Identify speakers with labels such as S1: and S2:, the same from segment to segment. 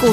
S1: 股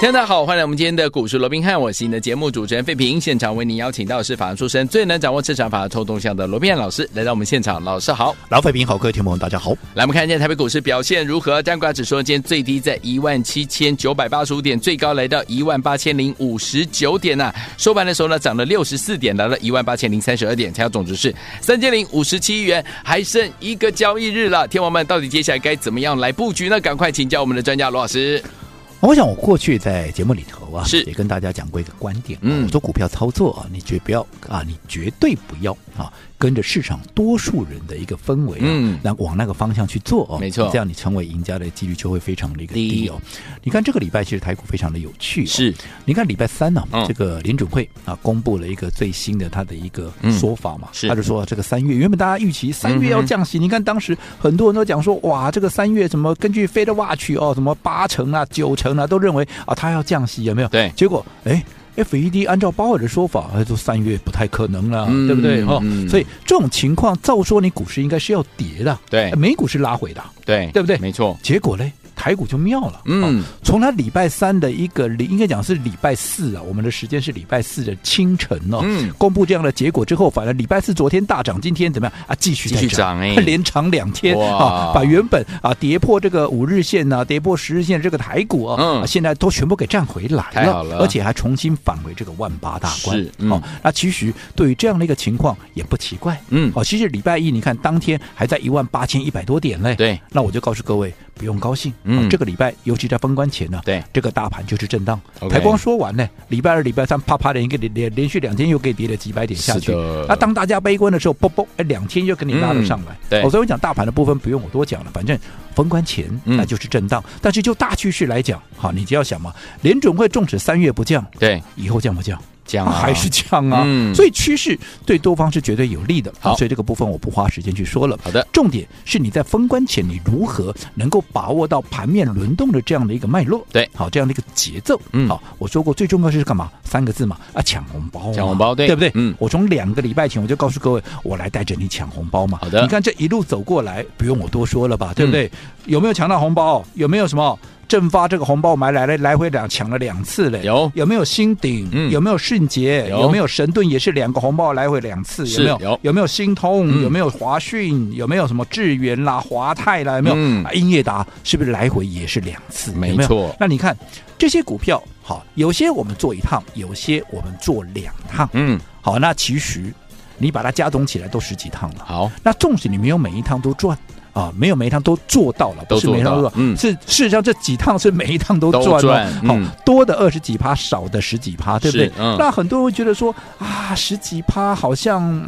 S2: 听众大家好，欢迎来我们今天的股市罗宾汉，我是你的节目主持人费平。现场为您邀请到的是法律出身、最能掌握市场法律臭动向的罗宾汉老师来到我们现场，老师好。
S3: 老费平好，各位听众朋友大家好。
S2: 来，我们看一下台北股市表现如何？加挂指数今天最低在一万七千九百八十五点，最高来到一万八千零五十九点呐、收盘的时候呢，涨了六十四点，来到一万八千零三十二点，成交总值是三千零五十七亿元，还剩一个交易日了。天王们，到底接下来该怎么样来布局呢？赶快请教我们的专家罗老师。
S3: 我想我过去在节目里头啊，
S2: 是
S3: 也跟大家讲过一个观点，
S2: 嗯
S3: 嗯，我说股票操作啊，你绝不要啊，你绝对不要啊，跟着市场多数人的一个氛围、啊，
S2: 嗯
S3: 嗯，那往那个方向去做哦，
S2: 没错
S3: 这样你成为赢家的几率就会非常的一个
S2: 低
S3: 低哦。你看这个礼拜其实台股非常的有趣、哦，
S2: 是，
S3: 你看礼拜三呢、
S2: 嗯
S3: 这个联准会啊公布了一个最新的他的一个
S2: 嗯
S3: 说法嘛，
S2: 是
S3: 他就说这个三月原本大家预期三月
S2: 嗯
S3: 要
S2: 哼
S3: 降息，你看当时很多人都讲说哇，这个三月什么根据 Fed Watch 哦，什么八成啊、九成啊，都认为啊他要降息，有没有？
S2: 对
S3: 结果哎。FED 按照鲍尔的说法，他说三月不太可能了，
S2: 嗯
S3: 对不对？哦，
S2: 嗯
S3: 所以这种情况，照说你股市应该是要跌的，
S2: 对
S3: 美股是拉回的，
S2: 对
S3: 对不对
S2: 没错，
S3: 结果嘞，台股就妙了，哦
S2: 嗯，
S3: 从他礼拜三的一个礼，应该讲是礼拜四啊，我们的时间是礼拜四的清晨哦。
S2: 嗯
S3: 公布这样的结果之后，反而礼拜四昨天大涨，今天怎么样啊？继续在
S2: 继续涨哎
S3: 连涨两天
S2: 哇
S3: 啊，把原本啊跌破这个五日线呐、跌破十日线这个台股啊，
S2: 嗯
S3: 啊现在都全部给站回来
S2: 太好
S3: 了，
S2: 了
S3: 而且还重新返回这个万八大关。
S2: 是嗯
S3: 哦，那其实对于这样的一个情况也不奇怪。
S2: 嗯
S3: 哦，其实礼拜一你看当天还在一万八千一百多点嘞，
S2: 对，
S3: 那我就告诉各位不用高兴，
S2: 嗯
S3: 嗯，这个礼拜尤其在封关前呢，啊
S2: 对
S3: 这个大盘就是震荡。
S2: OK
S3: 才光说完呢，礼拜二、礼拜三啪啪连一个连连连续两天又给跌了几百点下
S2: 是
S3: 去
S2: 的。
S3: 那当大家悲观的时候，啵啵，哎，两天又给你拉了上来。
S2: 嗯对
S3: 哦所以我讲大盘的部分不用我多讲了，反正封关前
S2: 嗯
S3: 那就是震荡。但是就大趋势来讲，好，你就要想嘛，联准会纵使三月不降，
S2: 对，
S3: 以后降不降？
S2: 这样啊，
S3: 还是降啊。
S2: 嗯
S3: 所以趋势对多方是绝对有利的。
S2: 好
S3: 所以这个部分我不花时间去说了。
S2: 好的
S3: 重点是你在封关前你如何能够把握到盘面轮动的这样的一个脉络，
S2: 对
S3: 好这样的一个节奏。
S2: 嗯
S3: 好，我说过最重要是干嘛？三个字嘛，啊，抢红包嘛，
S2: 抢红包对
S3: 对不对？
S2: 嗯
S3: 我从两个礼拜前我就告诉各位，我来带着你抢红包嘛。
S2: 好的嗯
S3: 你看这一路走过来，不用我多说了吧，对不对？有没有抢到红包？有没有什么？正发这个红包买来了，来回两抢了两次嘞，
S2: 有
S3: 有没有新鼎？
S2: 嗯
S3: 有没有迅捷？
S2: 有
S3: 没有神盾？也是两个红包来回两次，
S2: 是
S3: 有没有？
S2: 有
S3: 没有新通？
S2: 嗯
S3: 有没有华讯？有没有什么智源啦、华泰啦？有没有？
S2: 嗯
S3: 啊，英业达是不是来回也是两次？
S2: 没
S3: 有有
S2: 错
S3: 那你看这些股票，好，有些我们做一趟，有些我们做两趟。
S2: 嗯，
S3: 好，那其实你把它加总起来都十几趟了。
S2: 好，
S3: 那纵使你没有每一趟都赚啊，没有每一趟都做到了，
S2: 都
S3: 不是每一趟
S2: 做
S3: 都
S2: 到
S3: 做，
S2: 嗯
S3: 是事实上这几趟是每一趟都赚、哦，
S2: 都赚
S3: 好、
S2: 嗯
S3: 多的二十几趴，少的十几趴，对不对
S2: 是？嗯
S3: 那很多人会觉得说啊，十几趴好像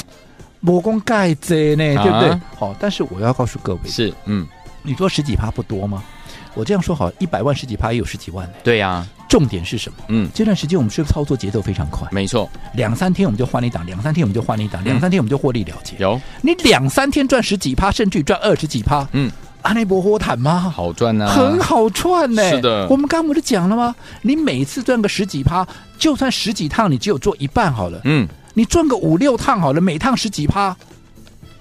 S3: 魔功盖子呢，对不对
S2: 啊？
S3: 好、但是我要告诉各位，
S2: 是，嗯，
S3: 你说十几趴不多吗？我这样说好，一百万十几趴也有十几万呢。
S2: 对呀，
S3: 重点是什么？
S2: 嗯，
S3: 这段时间我们是不是操作节奏非常快，
S2: 没错，
S3: 两三天我们就换一档，两三天我们就换一
S2: 嗯
S3: 档，两三天我们就获利了结。
S2: 有，
S3: 你两三天赚十几趴，甚至于赚二十几趴，啊
S2: 嗯，
S3: 阿内伯豁坦吗？
S2: 好赚啊呐，
S3: 很，好赚呢、
S2: 是的
S3: 我们刚刚不是讲了吗？你每次赚个十几趴，就算十几趟，你只有做一半好了，
S2: 嗯，
S3: 你赚个五六趟好了，每趟十几趴，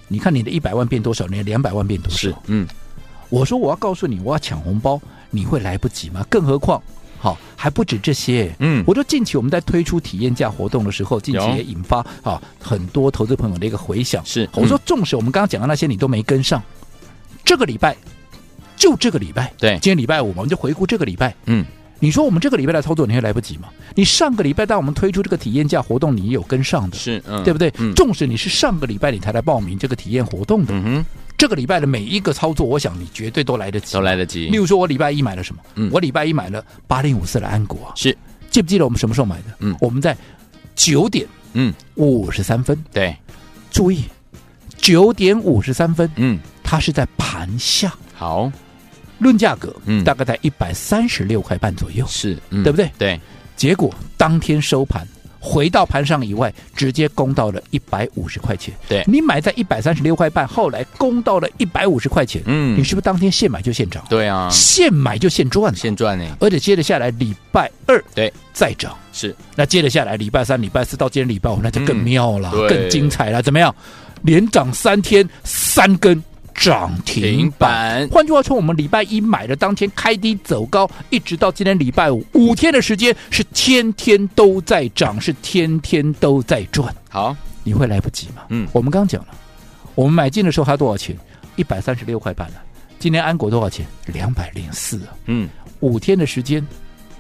S3: 你看你的一百万变多少，你的两百万变多
S2: 是
S3: 少？，
S2: 嗯，
S3: 我说我要告诉你，我要抢红包，你会来不及吗？更何况。好，还不止这些。
S2: 嗯
S3: 我说近期我们在推出体验价活动的时候，近期
S2: 有
S3: 也引发啊很多投资朋友的一个回响。
S2: 是，
S3: 我说，纵使我们刚刚讲的那些你都没跟上，这个礼拜就这个礼拜，
S2: 对
S3: 今天礼拜五嘛，我们就回顾这个礼拜。
S2: 嗯，
S3: 你说我们这个礼拜的操作，你会来不及吗？你上个礼拜当我们推出这个体验价活动，你也有跟上的，
S2: 是，嗯，
S3: 对不对？
S2: 嗯，
S3: 纵使你是上个礼拜你才来报名这个体验活动的，
S2: 嗯哼，
S3: 这个礼拜的每一个操作，我想你绝对都来得及
S2: 都。来得及
S3: 例，如说，我礼拜一买了什么？
S2: 嗯
S3: 我礼拜一买了八零五四的安国啊，
S2: 是，
S3: 记不记得我们什么时候买的？
S2: 嗯
S3: 我们在九点
S2: 嗯，
S3: 五十三分，
S2: 对，
S3: 注意，九点五十三分，
S2: 嗯，
S3: 它是在盘下，
S2: 好，
S3: 论价格，
S2: 嗯
S3: 大概在一百三十六块半左右，
S2: 是，嗯
S3: 对不对？
S2: 对，
S3: 结果当天收盘回到盘上以外，直接攻到了一百五十块钱。
S2: 对
S3: 你买在一百三十六块半，后来攻到了一百五十块钱，
S2: 嗯
S3: 你是不是当天现买就现涨？
S2: 对啊，
S3: 现买就现赚了，啊
S2: 现赚呢，
S3: 而且接着下来礼拜二
S2: 对，
S3: 再涨。
S2: 是
S3: 那接着下来，礼拜三、礼拜四到今天礼拜五，那就更妙了，
S2: 嗯对
S3: 更精彩了。怎么样？连涨三天，三根涨停
S2: 停
S3: 板。
S2: 板，
S3: 换句话说，我们礼拜一买的，当天开低走高，一直到今天礼拜五，五天的时间是天天都在涨，是天天都在赚。
S2: 好，
S3: 你会来不及吗？
S2: 嗯
S3: 我们刚讲了，我们买进的时候它多少钱？一百三十六块半了。今天安国多少钱？两百零四啊。
S2: 嗯，
S3: 五天的时间，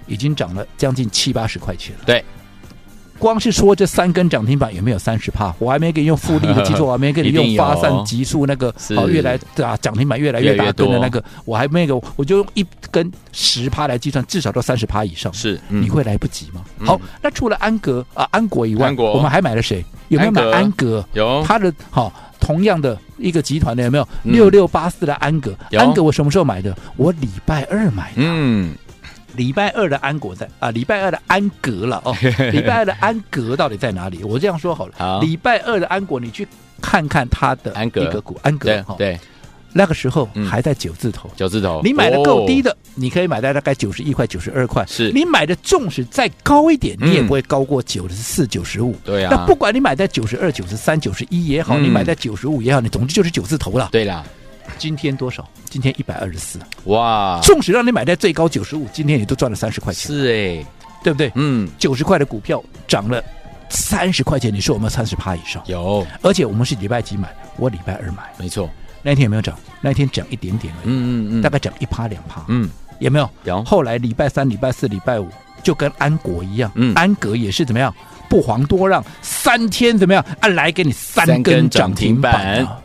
S3: 已经涨了将近七八十块钱了。
S2: 对，
S3: 光是说这三根涨停板有没有三十趴？我还没给你用复利的基 础，我还没给你
S2: 一定
S3: 用
S2: 有
S3: 发散级数那个，
S2: 是
S3: 好、越来啊涨停板越来
S2: 越
S3: 越
S2: 来越
S3: 大根的
S2: 多
S3: 那个，我还没有，我就用一根十趴来计算，至少到三十趴以上。
S2: 是，嗯
S3: 你会来不及吗？好，那除了安格啊、安国以外
S2: 安国，
S3: 我们还买了谁？有没有买
S2: 安格
S3: 安格？
S2: 有
S3: 它的好、同样的一个集团的有没有
S2: 嗯
S3: 六六八四的安格？
S2: 有
S3: 安格我什么时候买的？我礼拜二买的。
S2: 嗯，
S3: 礼拜二的安国在啊，礼拜二的安格了 哦，礼拜二的安格到底在哪里？我这样说好了，
S2: 好
S3: 礼拜二的安国，你去看看它的
S2: 安格
S3: 一个股安格
S2: 对
S3: 哈，
S2: 对，
S3: 那个时候
S2: 嗯
S3: 还在九字头。
S2: 九字头，
S3: 你买的够低
S2: 的，
S3: 的，你可以买在大概九十一块、九十二块。
S2: 是
S3: 你买的纵使再高一点，
S2: 嗯
S3: 你也不会高过九十四、九十五。
S2: 对啊
S3: 那不管你买在九十二、九十三、九十一也好，
S2: 嗯
S3: 你买在九十五也好，你总之就是九字头了。
S2: 对啦，
S3: 今天多少？今天一百二十四。
S2: 哇，
S3: 纵使让你买在最高九十五，今天也都赚了三十块钱，
S2: 是哎，
S3: 对不对？
S2: 嗯，
S3: 九十块的股票涨了三十块钱，你说有没有三十趴以上？
S2: 有，
S3: 而且我们是礼拜几买，我礼拜二买，
S2: 没错，
S3: 那一天有没有涨？那一天涨一点点而已，
S2: 嗯嗯嗯，
S3: 大概涨一趴两趴，
S2: 嗯，
S3: 有没有？
S2: 有
S3: 后来礼拜三、礼拜四、礼拜五就跟安国一样，
S2: 嗯
S3: 安格也是怎么样？不遑多让，三天怎么样？啊，来给你
S2: 三
S3: 三
S2: 根
S3: 根
S2: 涨
S3: 涨
S2: 停
S3: 停
S2: 板
S3: 板、啊，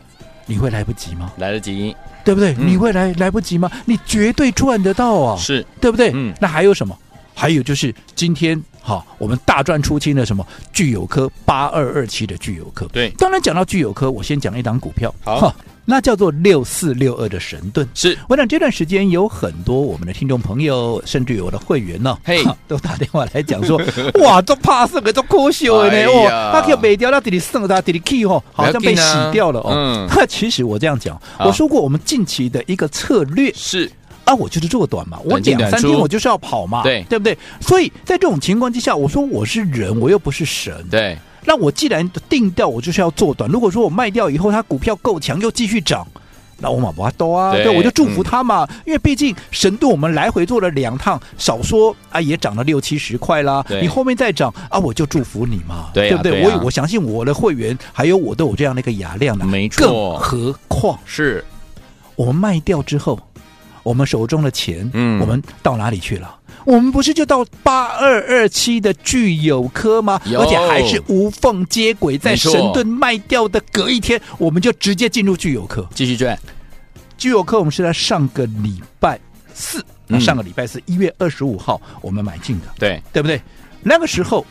S3: 你会来不及吗？
S2: 来得及，
S3: 对不对？
S2: 嗯
S3: 你会来来不及吗？你绝对赚得到啊！
S2: 是
S3: 对不对？
S2: 嗯
S3: 那还有什么？还有就是今天哈，我们大赚出清的什么聚友科八二二七的聚友科。
S2: 对
S3: 当然讲到聚友科，我先讲一档股票，
S2: 好
S3: 哈，那叫做六四六二的神盾。
S2: 是，
S3: 我想这段时间有很多我们的听众朋友，甚至有我的会员呢、
S2: 嘿
S3: 哈都打电话来讲 说，哇，这怕剩个这可惜了
S2: 哎
S3: 呢
S2: 呀
S3: 哦，他给北掉，那这里剩他这里 key 哦，好像被
S2: 不要紧
S3: 洗
S2: 啊
S3: 掉了哦
S2: 嗯。
S3: 那 其实我这样讲，
S2: 好
S3: 我说过我们近期的一个策略
S2: 是
S3: 啊，我就是做短嘛，我
S2: 短进
S3: 两
S2: 短
S3: 三
S2: 出
S3: 天我就是要跑嘛，
S2: 对
S3: 对不对？所以在这种情况之下，我说我是人，我又不是神，
S2: 对，
S3: 那我既然定掉，我就是要做短。如果说我卖掉以后，它股票够强又继续涨。那我嘛不多啊，
S2: 对
S3: 对，我就祝福他嘛，因为毕竟神盾我们来回做了两趟，少说啊也涨了六七十块啦
S2: 对，
S3: 你后面再涨啊，我就祝福你嘛，
S2: 对啊
S3: 不对？
S2: 对啊
S3: 我我相信我的会员还有我都有这样的一个雅量的，
S2: 没错
S3: 更何况
S2: 是，
S3: 我们卖掉之后，我们手中的钱，
S2: 嗯
S3: 我们到哪里去了？我们不是就到八二二七的聚友科吗？
S2: 有
S3: 而且还是无缝接轨，在
S2: 没错
S3: 神盾卖掉的隔一天，我们就直接进入聚友科。
S2: 继续赚，
S3: 聚友科我们是在上个礼拜四，
S2: 嗯
S3: 啊，上个礼拜四一月二十五号我们买进的，
S2: 对，
S3: 对不对？那个时候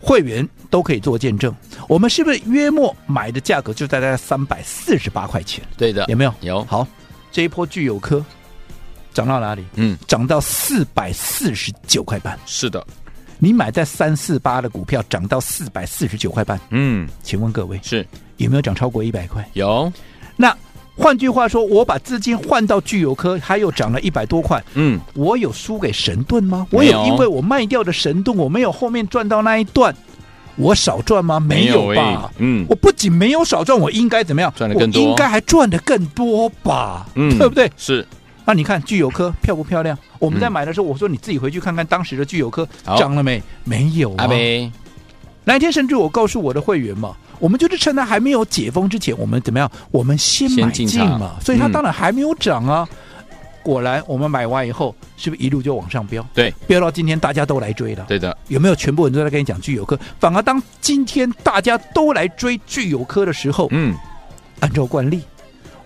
S3: 会员都可以做见证，我们是不是约莫买的价格就在大概三百四十八块钱？
S2: 对的，
S3: 有没有？
S2: 有，
S3: 好，这一波聚友科涨到哪里？
S2: 嗯，
S3: 涨到四百四十九块半。
S2: 是的，
S3: 你买在三四八的股票涨到四百四十九块半，
S2: 嗯，
S3: 请问各位
S2: 是
S3: 有没有涨超过一百块？
S2: 有，
S3: 那换句话说，我把资金换到聚友科，它又涨了一百多块。
S2: 嗯，
S3: 我有输给神盾吗？我
S2: 没有
S3: 有，因为我卖掉的神盾，我没有后面赚到那一段，我少赚吗？
S2: 没
S3: 没
S2: 有
S3: 有
S2: 欸
S3: 吧。
S2: 嗯
S3: 我不仅没有少赚，我应该怎么样？
S2: 赚得更多
S3: 我应该还赚的更多吧？
S2: 嗯，
S3: 对不对？
S2: 是，
S3: 那你看聚友科漂不漂亮？我们在
S2: 嗯
S3: 买的时候，我说你自己回去看看当时的聚友科
S2: 好
S3: 涨了没？没有啊
S2: 阿。北，
S3: 那一天甚至我告诉我的会员嘛，我们就是趁它还没有解封之前，我们怎么样？我们先
S2: 先
S3: 买
S2: 进
S3: 进
S2: 场
S3: 嘛，所以它
S2: 嗯
S3: 当然还没有涨啊。果然，我们买完以后，是不是一路就往上飙？
S2: 对，
S3: 飙到今天大家都来追了。
S2: 对的，
S3: 有没有全部人都在跟你讲聚友科？反而当今天大家都来追聚友科的时候，
S2: 嗯，
S3: 按照惯例，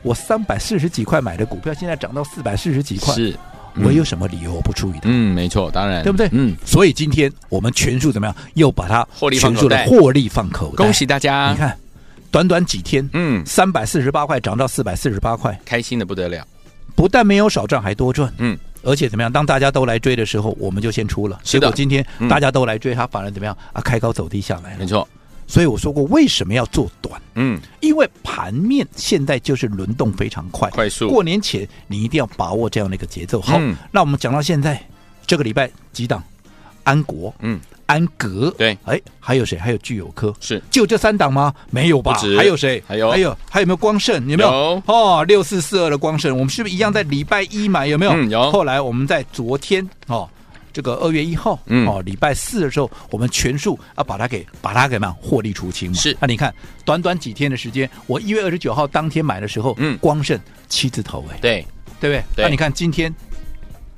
S3: 我三百四十几块买的股票，现在涨到四百四十几块，
S2: 是，嗯
S3: 我有什么理由我不出一单？
S2: 嗯，没错，当然，
S3: 对不对
S2: 嗯，
S3: 所以今天我们全数怎么样？又把它
S2: 获利放
S3: 全
S2: 口
S3: 数
S2: 袋
S3: 的获利放口袋。
S2: 恭！喜啊大家
S3: 你，看，短短几天，
S2: 嗯，
S3: 三百四十八块涨到四百四十八块，
S2: 开心的不得了，
S3: 不但没有少赚，还多赚。
S2: 嗯，
S3: 而且怎么样？当大家都来追的时候，我们就先出了。
S2: 是
S3: 结
S2: 的
S3: 果今天
S2: 嗯
S3: 大家都来追，它反而怎么样啊？开高走低下来了
S2: 没。错，
S3: 所以我说过，为什么要做短？
S2: 嗯，
S3: 因为盘面现在就是轮动非常快，
S2: 快速
S3: 过年前你一定要把握这样的一个节奏。好，
S2: 嗯
S3: 那我们讲到现在，这个礼拜几档？安国，
S2: 嗯，
S3: 安格，
S2: 对
S3: 哎，还有谁？还有聚友科，
S2: 是
S3: 就这三档吗？没有吧
S2: 不止？
S3: 还有谁？
S2: 还有
S3: 还有还有没有光盛？有没
S2: 有
S3: 有？哦，六四四二的光盛，我们是不是一样在礼拜一买？有没有？
S2: 嗯有
S3: 后来我们在昨天哦。这个二月一号，
S2: 嗯
S3: 哦，礼拜四的时候，我们全数啊把它给把它给嘛获利出清嘛。
S2: 是
S3: 那你看短短几天的时间，我一月二十九号当天买的时候，
S2: 嗯
S3: 光盛七字头哎、
S2: 对，
S3: 对不对？
S2: 对
S3: 那你看今天，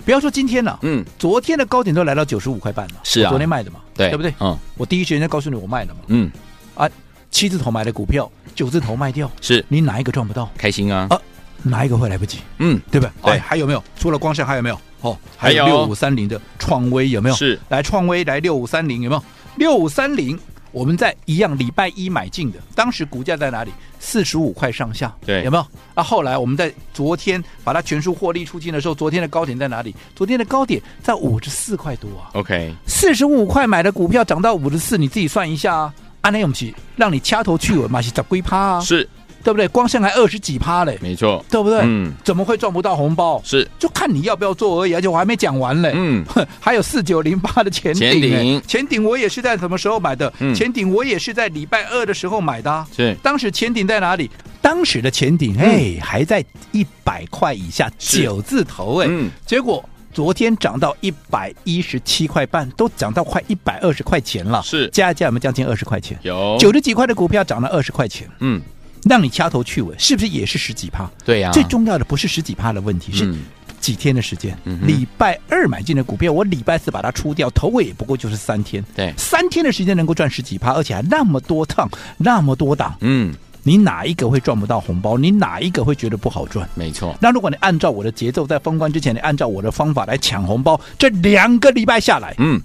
S3: 不要说今天了，
S2: 嗯，
S3: 昨天的高点都来到九十五块半了，
S2: 是啊
S3: 我昨天卖的嘛，
S2: 对，
S3: 对不对？
S2: 嗯
S3: 我第一时间就告诉你我卖了嘛，
S2: 嗯，
S3: 啊，七字头买的股票，九字头卖掉，
S2: 是
S3: 你哪一个赚不到？
S2: 开心啊，
S3: 啊，哪一个会来不及？
S2: 嗯，
S3: 对不对？
S2: 对
S3: 哎，还有没有？除了光盛还有没有？哦，
S2: 还
S3: 还
S2: 有
S3: 有六五三零的创威有没有？
S2: 是
S3: 来创威来六五三零有没有？六五三零我们在一样礼拜一买进的，当时股价在哪里？四十五块上下，
S2: 对
S3: 有没有？啊，后来我们在昨天把它全数获利出清的时候，昨天的高点在哪里？昨天的高点在五十四块多啊，
S2: OK，
S3: 四十五块买的股票涨到五十四，你自己算一下啊。安内永琪让你掐头去尾嘛，是找龟趴啊，
S2: 是
S3: 对不对？光剩还二十几趴嘞，
S2: 没错，
S3: 对不对？
S2: 嗯
S3: 怎么会赚不到红包？
S2: 是
S3: 就看你要不要做而已，而且我还没讲完嘞。
S2: 嗯，
S3: 哼 还有四九零八的前顶
S2: 前顶
S3: 欸前顶我也是在什么时候买的？
S2: 嗯
S3: 前顶我也是在礼拜二的时候买的啊、
S2: 是
S3: 当时前顶在哪里？当时的前顶，哎，还在一百块以下，
S2: 嗯是
S3: 九字头哎、
S2: 嗯
S3: 结果昨天涨到一百一十七块半，都涨到快一百二十块钱了，
S2: 是
S3: 加一加我们将近二十块钱，
S2: 有
S3: 九十几块的股票涨了二十块钱，
S2: 嗯，
S3: 让你掐头去尾，是不是也是十几趴？
S2: 对呀，
S3: 最重要的不是十几趴的问题，是
S2: 啊嗯
S3: 几天的时间。
S2: 嗯哼
S3: 礼拜二买进的股票，我礼拜四把它出掉，头尾也不过就是三天。
S2: 对
S3: 三天的时间能够赚十几趴，而且还那么多趟，那么多档，
S2: 嗯，
S3: 你哪一个会赚不到红包？你哪一个会觉得不好赚？
S2: 没错，
S3: 那如果你按照我的节奏，在封关之前，你按照我的方法来抢红包，这两个礼拜下来，
S2: 嗯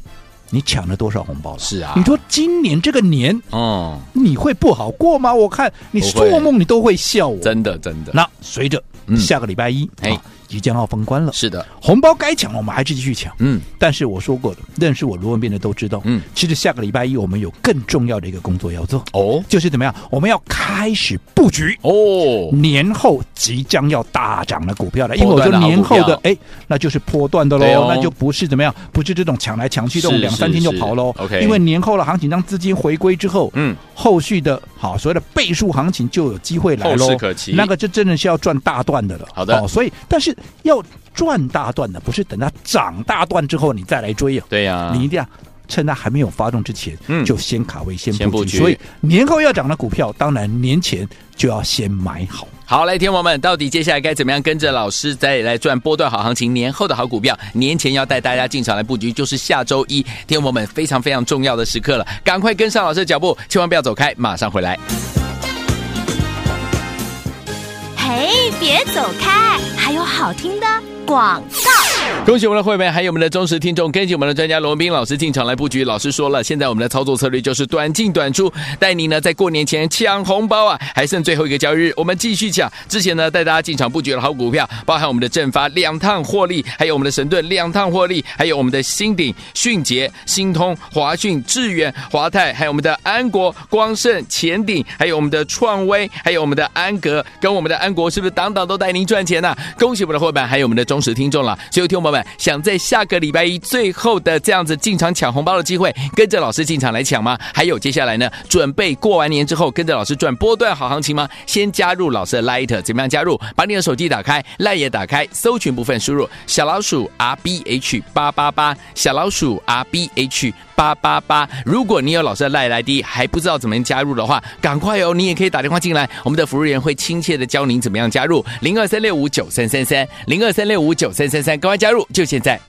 S3: 你抢了多少红包了？
S2: 是啊
S3: 你说今年这个年
S2: 哦，
S3: 你会不好过吗？我看你
S2: 不会
S3: 做梦你都会笑我。
S2: 真的真的，
S3: 那随着
S2: 嗯
S3: 下个礼拜一，
S2: 哎
S3: 啊，即将要封关了，
S2: 是的，
S3: 红包该抢我们还是继续抢。
S2: 嗯
S3: 但是我说过了，认识我罗文斌的都知道，
S2: 嗯，
S3: 其实下个礼拜一我们有更重要的一个工作要做，
S2: 哦
S3: 就是怎么样，我们要开始布局。
S2: 哦，
S3: 年后即将要大涨的股票了，因为
S2: 波
S3: 我
S2: 段
S3: 说
S2: 的好
S3: 年后
S2: 股
S3: 的
S2: 票
S3: 哎，那就是波段的喽，
S2: 对哦
S3: 那就不是怎么样，不是这种抢来抢去，这种
S2: 是
S3: 两
S2: 是
S3: 三天就跑喽
S2: 是。，OK
S3: 因为年后的行情，当资金回归之后，
S2: 嗯，
S3: 后续的好所谓的倍数行情就有机会来
S2: 后
S3: 喽
S2: 事可。期
S3: 那个这真的是要赚大段的了。哦
S2: 好的
S3: 所以但是要赚大段的，不是等它涨大段之后你再来追啊，
S2: 对呀，
S3: 你一定要。趁它还没有发动之前，
S2: 嗯
S3: 就先卡位，先
S2: 先
S3: 布
S2: 布局
S3: 局。所以年后要涨的股票，当然年前就要先买好。
S2: 好，来，天王们，到底接下来该怎么样跟着老师再来赚波段好行情？年后的好股票，年前要带大家进场来布局，就是下周一，天王们非常非常重要的时刻了，赶快跟上老师的脚步，千万不要走开，马上回来。
S1: 嘿，别走开，还有好听的广告。
S2: 恭喜我们的会员，还有我们的忠实听众，跟紧我们的专家罗文斌老师进场来布局。老师说了，现在我们的操作策略就是短进短出，带您呢在过年前抢红包啊！还剩最后一个交易日，我们继续抢。之前呢带大家进场布局了好股票，包含我们的正发两趟获利，还有我们的神盾两趟获利，还有我们的新鼎、迅捷、新通、华讯、致远、华泰，还有我们的安国、光盛、前鼎，还有我们的创威，还有我们的安格跟我们的安国，是不是档档都带您赚钱呢、啊恭喜我们的伙伴，还有我们的忠实听众了。所以，听众朋友们，想在下个礼拜一最后的这样子进场抢红包的机会，跟着老师进场来抢吗？还有接下来呢，准备过完年之后跟着老师赚波段好行情吗？先加入老师的 Light，怎么样加入？把你的手机打开，Light 也打开，搜寻部分输入小老鼠 R B H 八八八，小老鼠 R B H 八八八。如果你有老师的 Light ID 还不知道怎么加入的话，赶快哦，你也可以打电话进来，我们的服务人员会亲切的教您怎么样加入零二三六五九三三三零二三六五九三三三，赶快加入，就现在。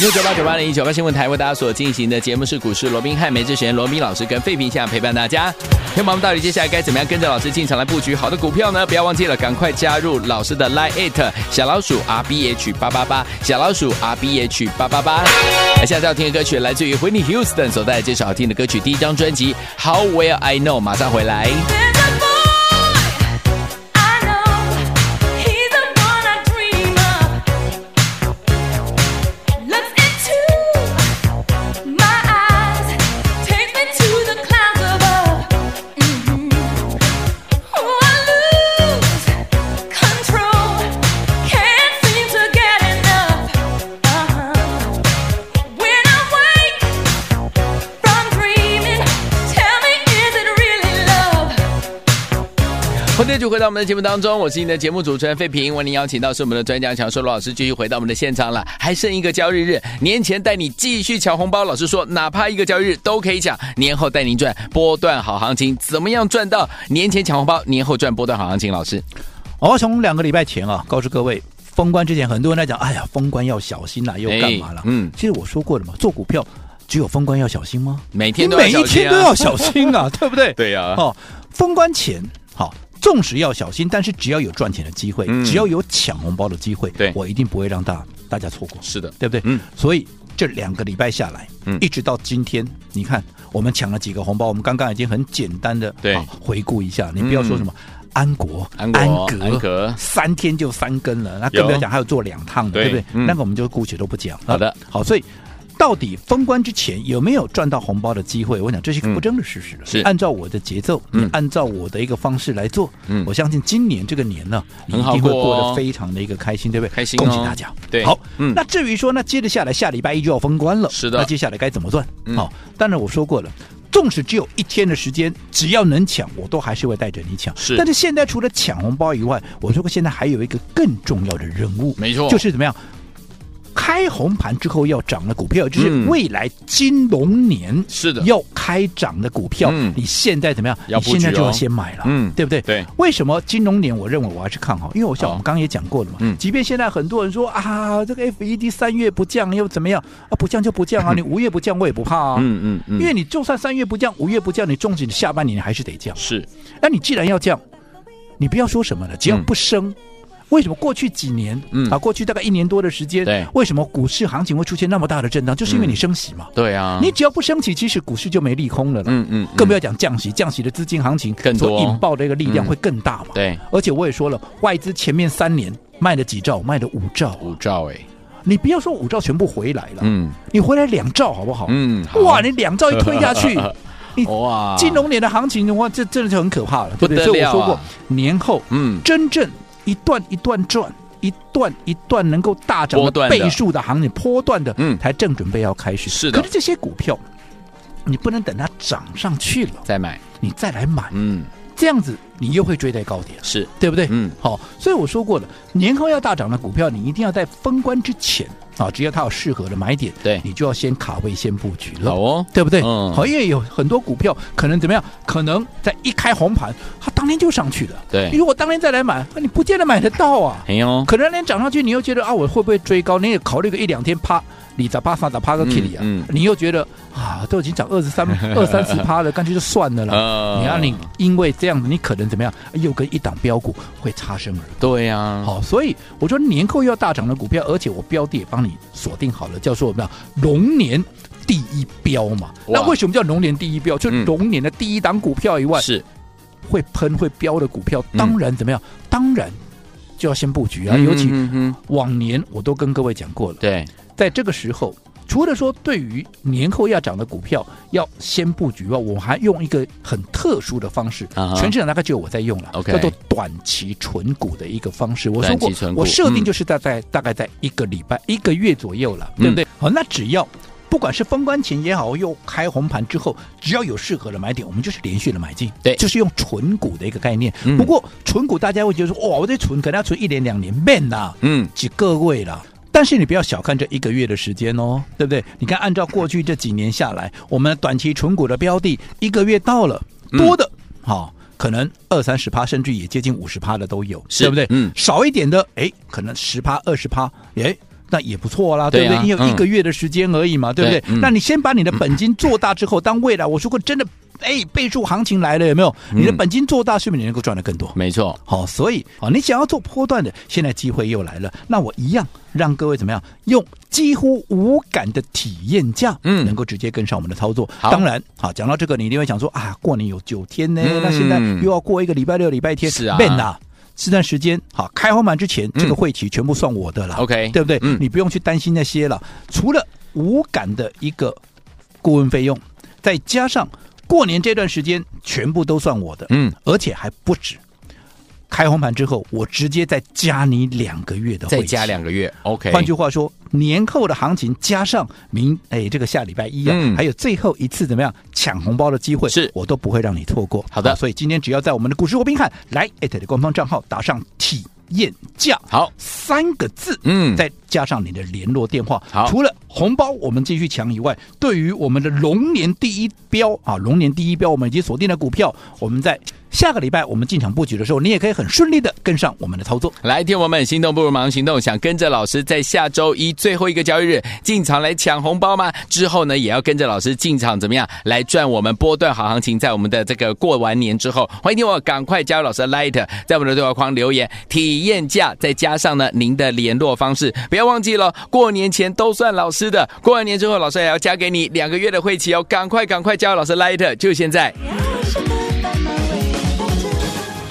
S2: 六九八九八零一九八新闻台为大家所进行的节目是股市罗宾汉，梅志贤罗宾老师跟费平下陪伴大家。天宝们到底接下来该怎么样跟着老师进场来布局好的股票呢？不要忘记了，赶快加入老师的 Line It 小老鼠 R B H 八八八小老鼠 R B H 八八八。来，下次要听的歌曲来自于 Whitney Houston 所带来这首好听的歌曲，第一张专辑 How Well I Know，马上回来。
S4: There's a boy I know. He's the one I dream of. Mm-hmm. Oh, Uh-huh.
S2: 欢迎继续回到我们的节目当中，我是你的节目主持人费平。为您邀请到是我们的专家强硕罗老师，继续回到我们的现场了。还剩一个交易日，年前带你继续抢红包。老师说，哪怕一个交易日都可以抢，年后带您赚波段好行情。怎么样赚到年前抢红包，年后赚波段好行情？老师，
S3: 我哦从两个礼拜前啊，告诉各位，封关之前，很多人在讲，哎呀，封关要小心啊啦、又干嘛了
S2: 哎？嗯
S3: 其实我说过了嘛，做股票只有封关要小心吗？
S2: 每天
S3: 你
S2: 都要
S3: 每一
S2: 小心
S3: 天
S2: 啊
S3: 都要小 心啊，对不对？
S2: 对呀、
S3: 哦，封关前好。纵使要小心，但是只要有赚钱的机会，
S2: 嗯
S3: 只要有抢红包的机会，
S2: 对
S3: 我一定不会让大大家错过。
S2: 是的，
S3: 对不对？
S2: 嗯，
S3: 所以这两个礼拜下来，
S2: 嗯
S3: 一直到今天，你看我们抢了几个红包，我们刚刚已经很简单的
S2: 对嗯
S3: 回顾一下，你不要说什么。安国、
S2: 安国
S3: 格、
S2: 安格
S3: 三天就三根了，那更
S2: 有
S3: 不要讲还有做两趟的，
S2: 对
S3: 对不对？
S2: 嗯
S3: 那个我们就姑且都不讲。
S2: 好的
S3: 啊好，所以到底封关之前有没有赚到红包的机会？我想这是一个不争的事实了。
S2: 嗯是
S3: 按照我的节奏，
S2: 嗯
S3: 你按照我的一个方式来做，
S2: 嗯
S3: 我相信今年这个年呢，你
S2: 很
S3: 一
S2: 好
S3: 定会
S2: 过
S3: 过
S2: 哦
S3: 得非常的一个开心，对不对？
S2: 开心哦
S3: 恭喜大家。
S2: 对
S3: 好，
S2: 嗯
S3: 那至于说，那接着下来下礼拜一就要封关了，
S2: 是的
S3: 那接下来该怎么算？
S2: 嗯
S3: 好、当然我说过了。纵使只有一天的时间，只要能抢，我都还是会带着你抢。
S2: 是
S3: 但是现在除了抢红包以外，我说过现在还有一个更重要的任务，
S2: 没错
S3: 就是怎么样？开红盘之后要涨的股票，就是
S2: 嗯
S3: 未来金融年
S2: 是的
S3: 要开涨的股票，
S2: 嗯
S3: 你现在怎么样？
S2: 要
S3: 你
S2: 布局
S3: 现在就
S2: 哦
S3: 要先买了，
S2: 嗯
S3: 对不对？
S2: 对
S3: 为什么金融年？我认为我还是看好，因为我想
S2: 好
S3: 我们刚刚也讲过了嘛，
S2: 嗯
S3: 即便现在很多人说啊，这个 FED 三月不降又怎么样啊？不降就不降啊，你五月不降我也不怕啊，
S2: 嗯嗯嗯，
S3: 因为你就算三月不降，五月不降，你纵使你下半年你还是得降。
S2: 是
S3: 那你既然要降，你不要说什么了，只要
S2: 嗯
S3: 不升。为什么过去几年，
S2: 嗯
S3: 啊，过去大概一年多的时间，
S2: 对嗯
S3: 为什么股市行情会出现那么大的震荡？就是因为你升息嘛。
S2: 对啊，
S3: 你只要不升息，其实股市就没利空了啦。
S2: 嗯嗯嗯
S3: 更不要讲降息，降息的资金行情
S2: 更多嗯
S3: 所引爆的一个力量会更大嘛。
S2: 对
S3: 而且我也说了，外资前面三年卖了几兆，卖了五兆，
S2: 五兆哎，
S3: 你不要说五兆全部回来了，
S2: 嗯
S3: 你回来两兆好不好？
S2: 嗯，好，
S3: 哇，你两兆一推下去 你
S2: 哇
S3: 金融年的行情的话，这真的是很可怕了，
S2: 啊不
S3: 对不
S2: 得
S3: 对？所以
S2: 了
S3: 我
S2: 啊
S3: 说过，年后
S2: 嗯
S3: 真正一段一段赚。一段一段能够大涨
S2: 波
S3: 的
S2: 段的
S3: 倍数的行情，波段的，
S2: 嗯
S3: 才正准备要开始。
S2: 是的
S3: 可是这些股票，你不能等它涨上去了，
S2: 再买，
S3: 你再来买，
S2: 嗯
S3: 这样子你又会追在高点，
S2: 是
S3: 对不对？
S2: 嗯
S3: 好，所以我说过了，年后要大涨的股票，你一定要在封关之前啊，只要它有适合的买点，
S2: 对
S3: 你就要先卡位，先布局了
S2: 好。哦，
S3: 对不对？
S2: 嗯
S3: 好，因为有很多股票可能怎么样？可能在一开红盘，它当天就上去了。
S2: 对
S3: 如果当天再来买，你不见得买得到啊。
S2: 哎呦，
S3: 可能那天涨上去，你又觉得啊，我会不会追高？你也考虑个一两天，啪，你咋啪三咋啪个 k 里啊？
S2: 嗯嗯
S3: 你又觉得啊，都已经涨二 十三、二三十趴了，干脆就算了啦。
S2: 呃
S3: 你让你因为这样子，你可能怎么样？又跟一档标股会擦身而过。
S2: 对啊呀，
S3: 好，所以我说年后要大涨的股票，而且我标的也帮你锁定好了，叫做什么呀？龙年第一标嘛。
S2: 哇
S3: 那为什么叫龙年第一标？就
S2: 嗯
S3: 龙年的第一档股票以外，
S2: 是
S3: 会喷会标的股票，
S2: 嗯
S3: 当然怎么样？当然就要先布局啊。
S2: 嗯
S3: 尤其
S2: 嗯嗯嗯
S3: 往年我都跟各位讲过了，
S2: 对，
S3: 在这个时候。除了说对于年后要涨的股票要先布局外，我还用一个很特殊的方式
S2: 啊哈
S3: 全市场大概只有我在用了
S2: OK
S3: 叫做短期存股的一个方式。我说
S2: 短
S3: 过
S2: 期存，股嗯
S3: 我设定就是大概、大概在一个礼拜、一个月左右
S2: 嗯
S3: 了，对不对？好，那只要不管是封关前也好，又开红盘之后，只要有适合的买点，我们就是连续的买进，
S2: 对
S3: 就是用存股的一个概念。
S2: 嗯
S3: 不过存股大家会觉得说，哇，我这存可能要存一年两年，man 呐、
S2: 嗯
S3: 几个位啦。但是你不要小看这一个月的时间哦，对不对？你看，按照过去这几年下来，我们短期纯股的标的，一个月到了
S2: 嗯
S3: 多的，好、可能二三十趴，甚至也接近五十趴的都有，
S2: 是
S3: 对不对？
S2: 嗯
S3: 少一点的，哎，可能十趴、二十趴，哎。那也不错啦，
S2: 对
S3: 对
S2: 啊
S3: 不对？因
S2: 嗯
S3: 为一个月的时间而已嘛，对不对？
S2: 对嗯
S3: 那你先把你的本金做大 之后，当未来我如果真的哎倍数行情来了，有没有？你的
S2: 嗯
S3: 本金做大，是不是你能够赚得更多？
S2: 没错，
S3: 好、所以啊、你想要做波段的，现在机会又来了。那我一样让各位怎么样，用几乎无感的体验价，
S2: 嗯
S3: 能够直接跟上我们的操作。
S2: 好
S3: 当然，好、讲到这个，你一定会想说啊，过年有九天呢，
S2: 嗯
S3: 那现在又要过一个礼拜六、礼拜天，
S2: 是啊嗯
S3: 笨呐。这段时间好，开红盘之前，这个会期全部算我的啦。
S2: OK，
S3: 对不对？
S2: 嗯
S3: 你不用去担心那些了。除了无感的一个顾问费用，再加上过年这段时间全部都算我的，
S2: 嗯，
S3: 而且还不止。开红盘之后，我直接再加你两个月的会
S2: 再
S3: 期，
S2: 加两个月，OK。
S3: 换句话说，年后的行情加上明哎这个下礼拜一啊，
S2: 嗯
S3: 还有最后一次怎么样抢红包的机会，
S2: 是
S3: 我都不会让你错过。啊
S2: 好的
S3: 所以今天只要在我们的股市罗宾汉来艾特的官方账号打上体验价
S2: 好，
S3: 三个字，
S2: 嗯
S3: 再加上你的联络电话。
S2: 好
S3: 除了红包我们继续抢以外，对于我们的龙年第一标啊，龙年第一标我们已经锁定了股票，我们在下个礼拜我们进场布局的时候，你也可以很顺利的跟上我们的操作。
S2: 来，听我们，心动不如马上行动，想跟着老师在下周一最后一个交易日进场来抢红包吗？之后呢，也要跟着老师进场怎么样来赚我们波段好行情？在我们的这个过完年之后，欢迎听我赶快加入老师的 Light，在我们的对话框留言体验价，再加上呢您的联络方式，不要忘记了，过年前都算老师的，过完年之后老师也要加给你两个月的会期哦，赶快赶快加入老师 Light，就现在。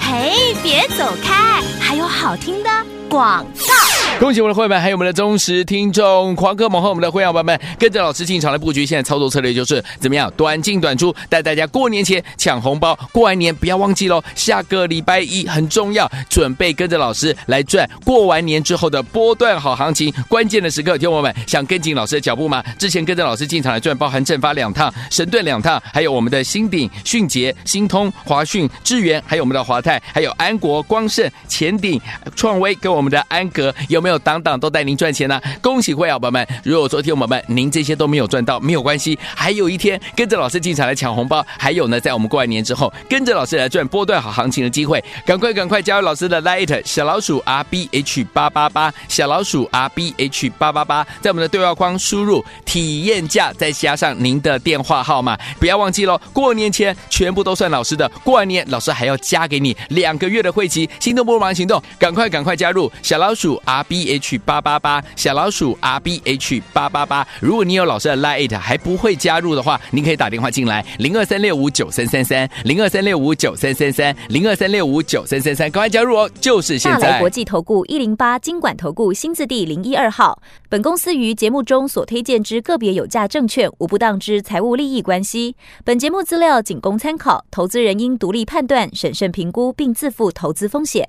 S1: 嘿，别走开，还有好听的广告。
S2: 恭喜我们的会员们，还有我们的忠实听众狂歌猛和我们的会员伙伴们，跟着老师进场来布局。现在操作策略就是怎么样短进短出，带大家过年前抢红包。过完年不要忘记喽，下个礼拜一很重要，准备跟着老师来赚过完年之后的波段好行情。关键的时刻，听我们想跟紧老师的脚步吗？之前跟着老师进场来赚，包含正发两趟、神盾两趟，还有我们的新鼎、迅捷、新通、华讯、智源，还有我们的华泰，还有安国、光盛、前鼎、创威跟我们的安格，有没有档档都带您赚钱呢、恭喜会员宝宝们！如果昨天我们您这些都没有赚到，没有关系，还有一天跟着老师进场来抢红包，还有呢，在我们过完年之后，跟着老师来赚波段好行情的机会，赶快赶快加入老师的 Light 小老鼠 R B H 八八八，小老鼠 R B H 八八八，在我们的对话框输入体验价，再加上您的电话号码，不要忘记喽，过年前全部都算老师的，过完年老师还要加给你两个月的会籍，心动不如马上行动，赶快赶快加入小老鼠 R B H 八八八，小老鼠 R B H 八八八。如果你有老师的 Lite 还不会加入的话，您可以打电话进来零二三六五九三三三零二三六五九三三三零二三六五九三三三，赶快加入哦，就是现
S5: 大来
S2: 在
S5: 国。际投顾一零八金管投顾新字第零一二号。本公司于节目中所推荐之个别有价证券，无不当之财务利益关系。本节目资料仅供参考，投资人应独立判断、审慎评估，并自负投资风险。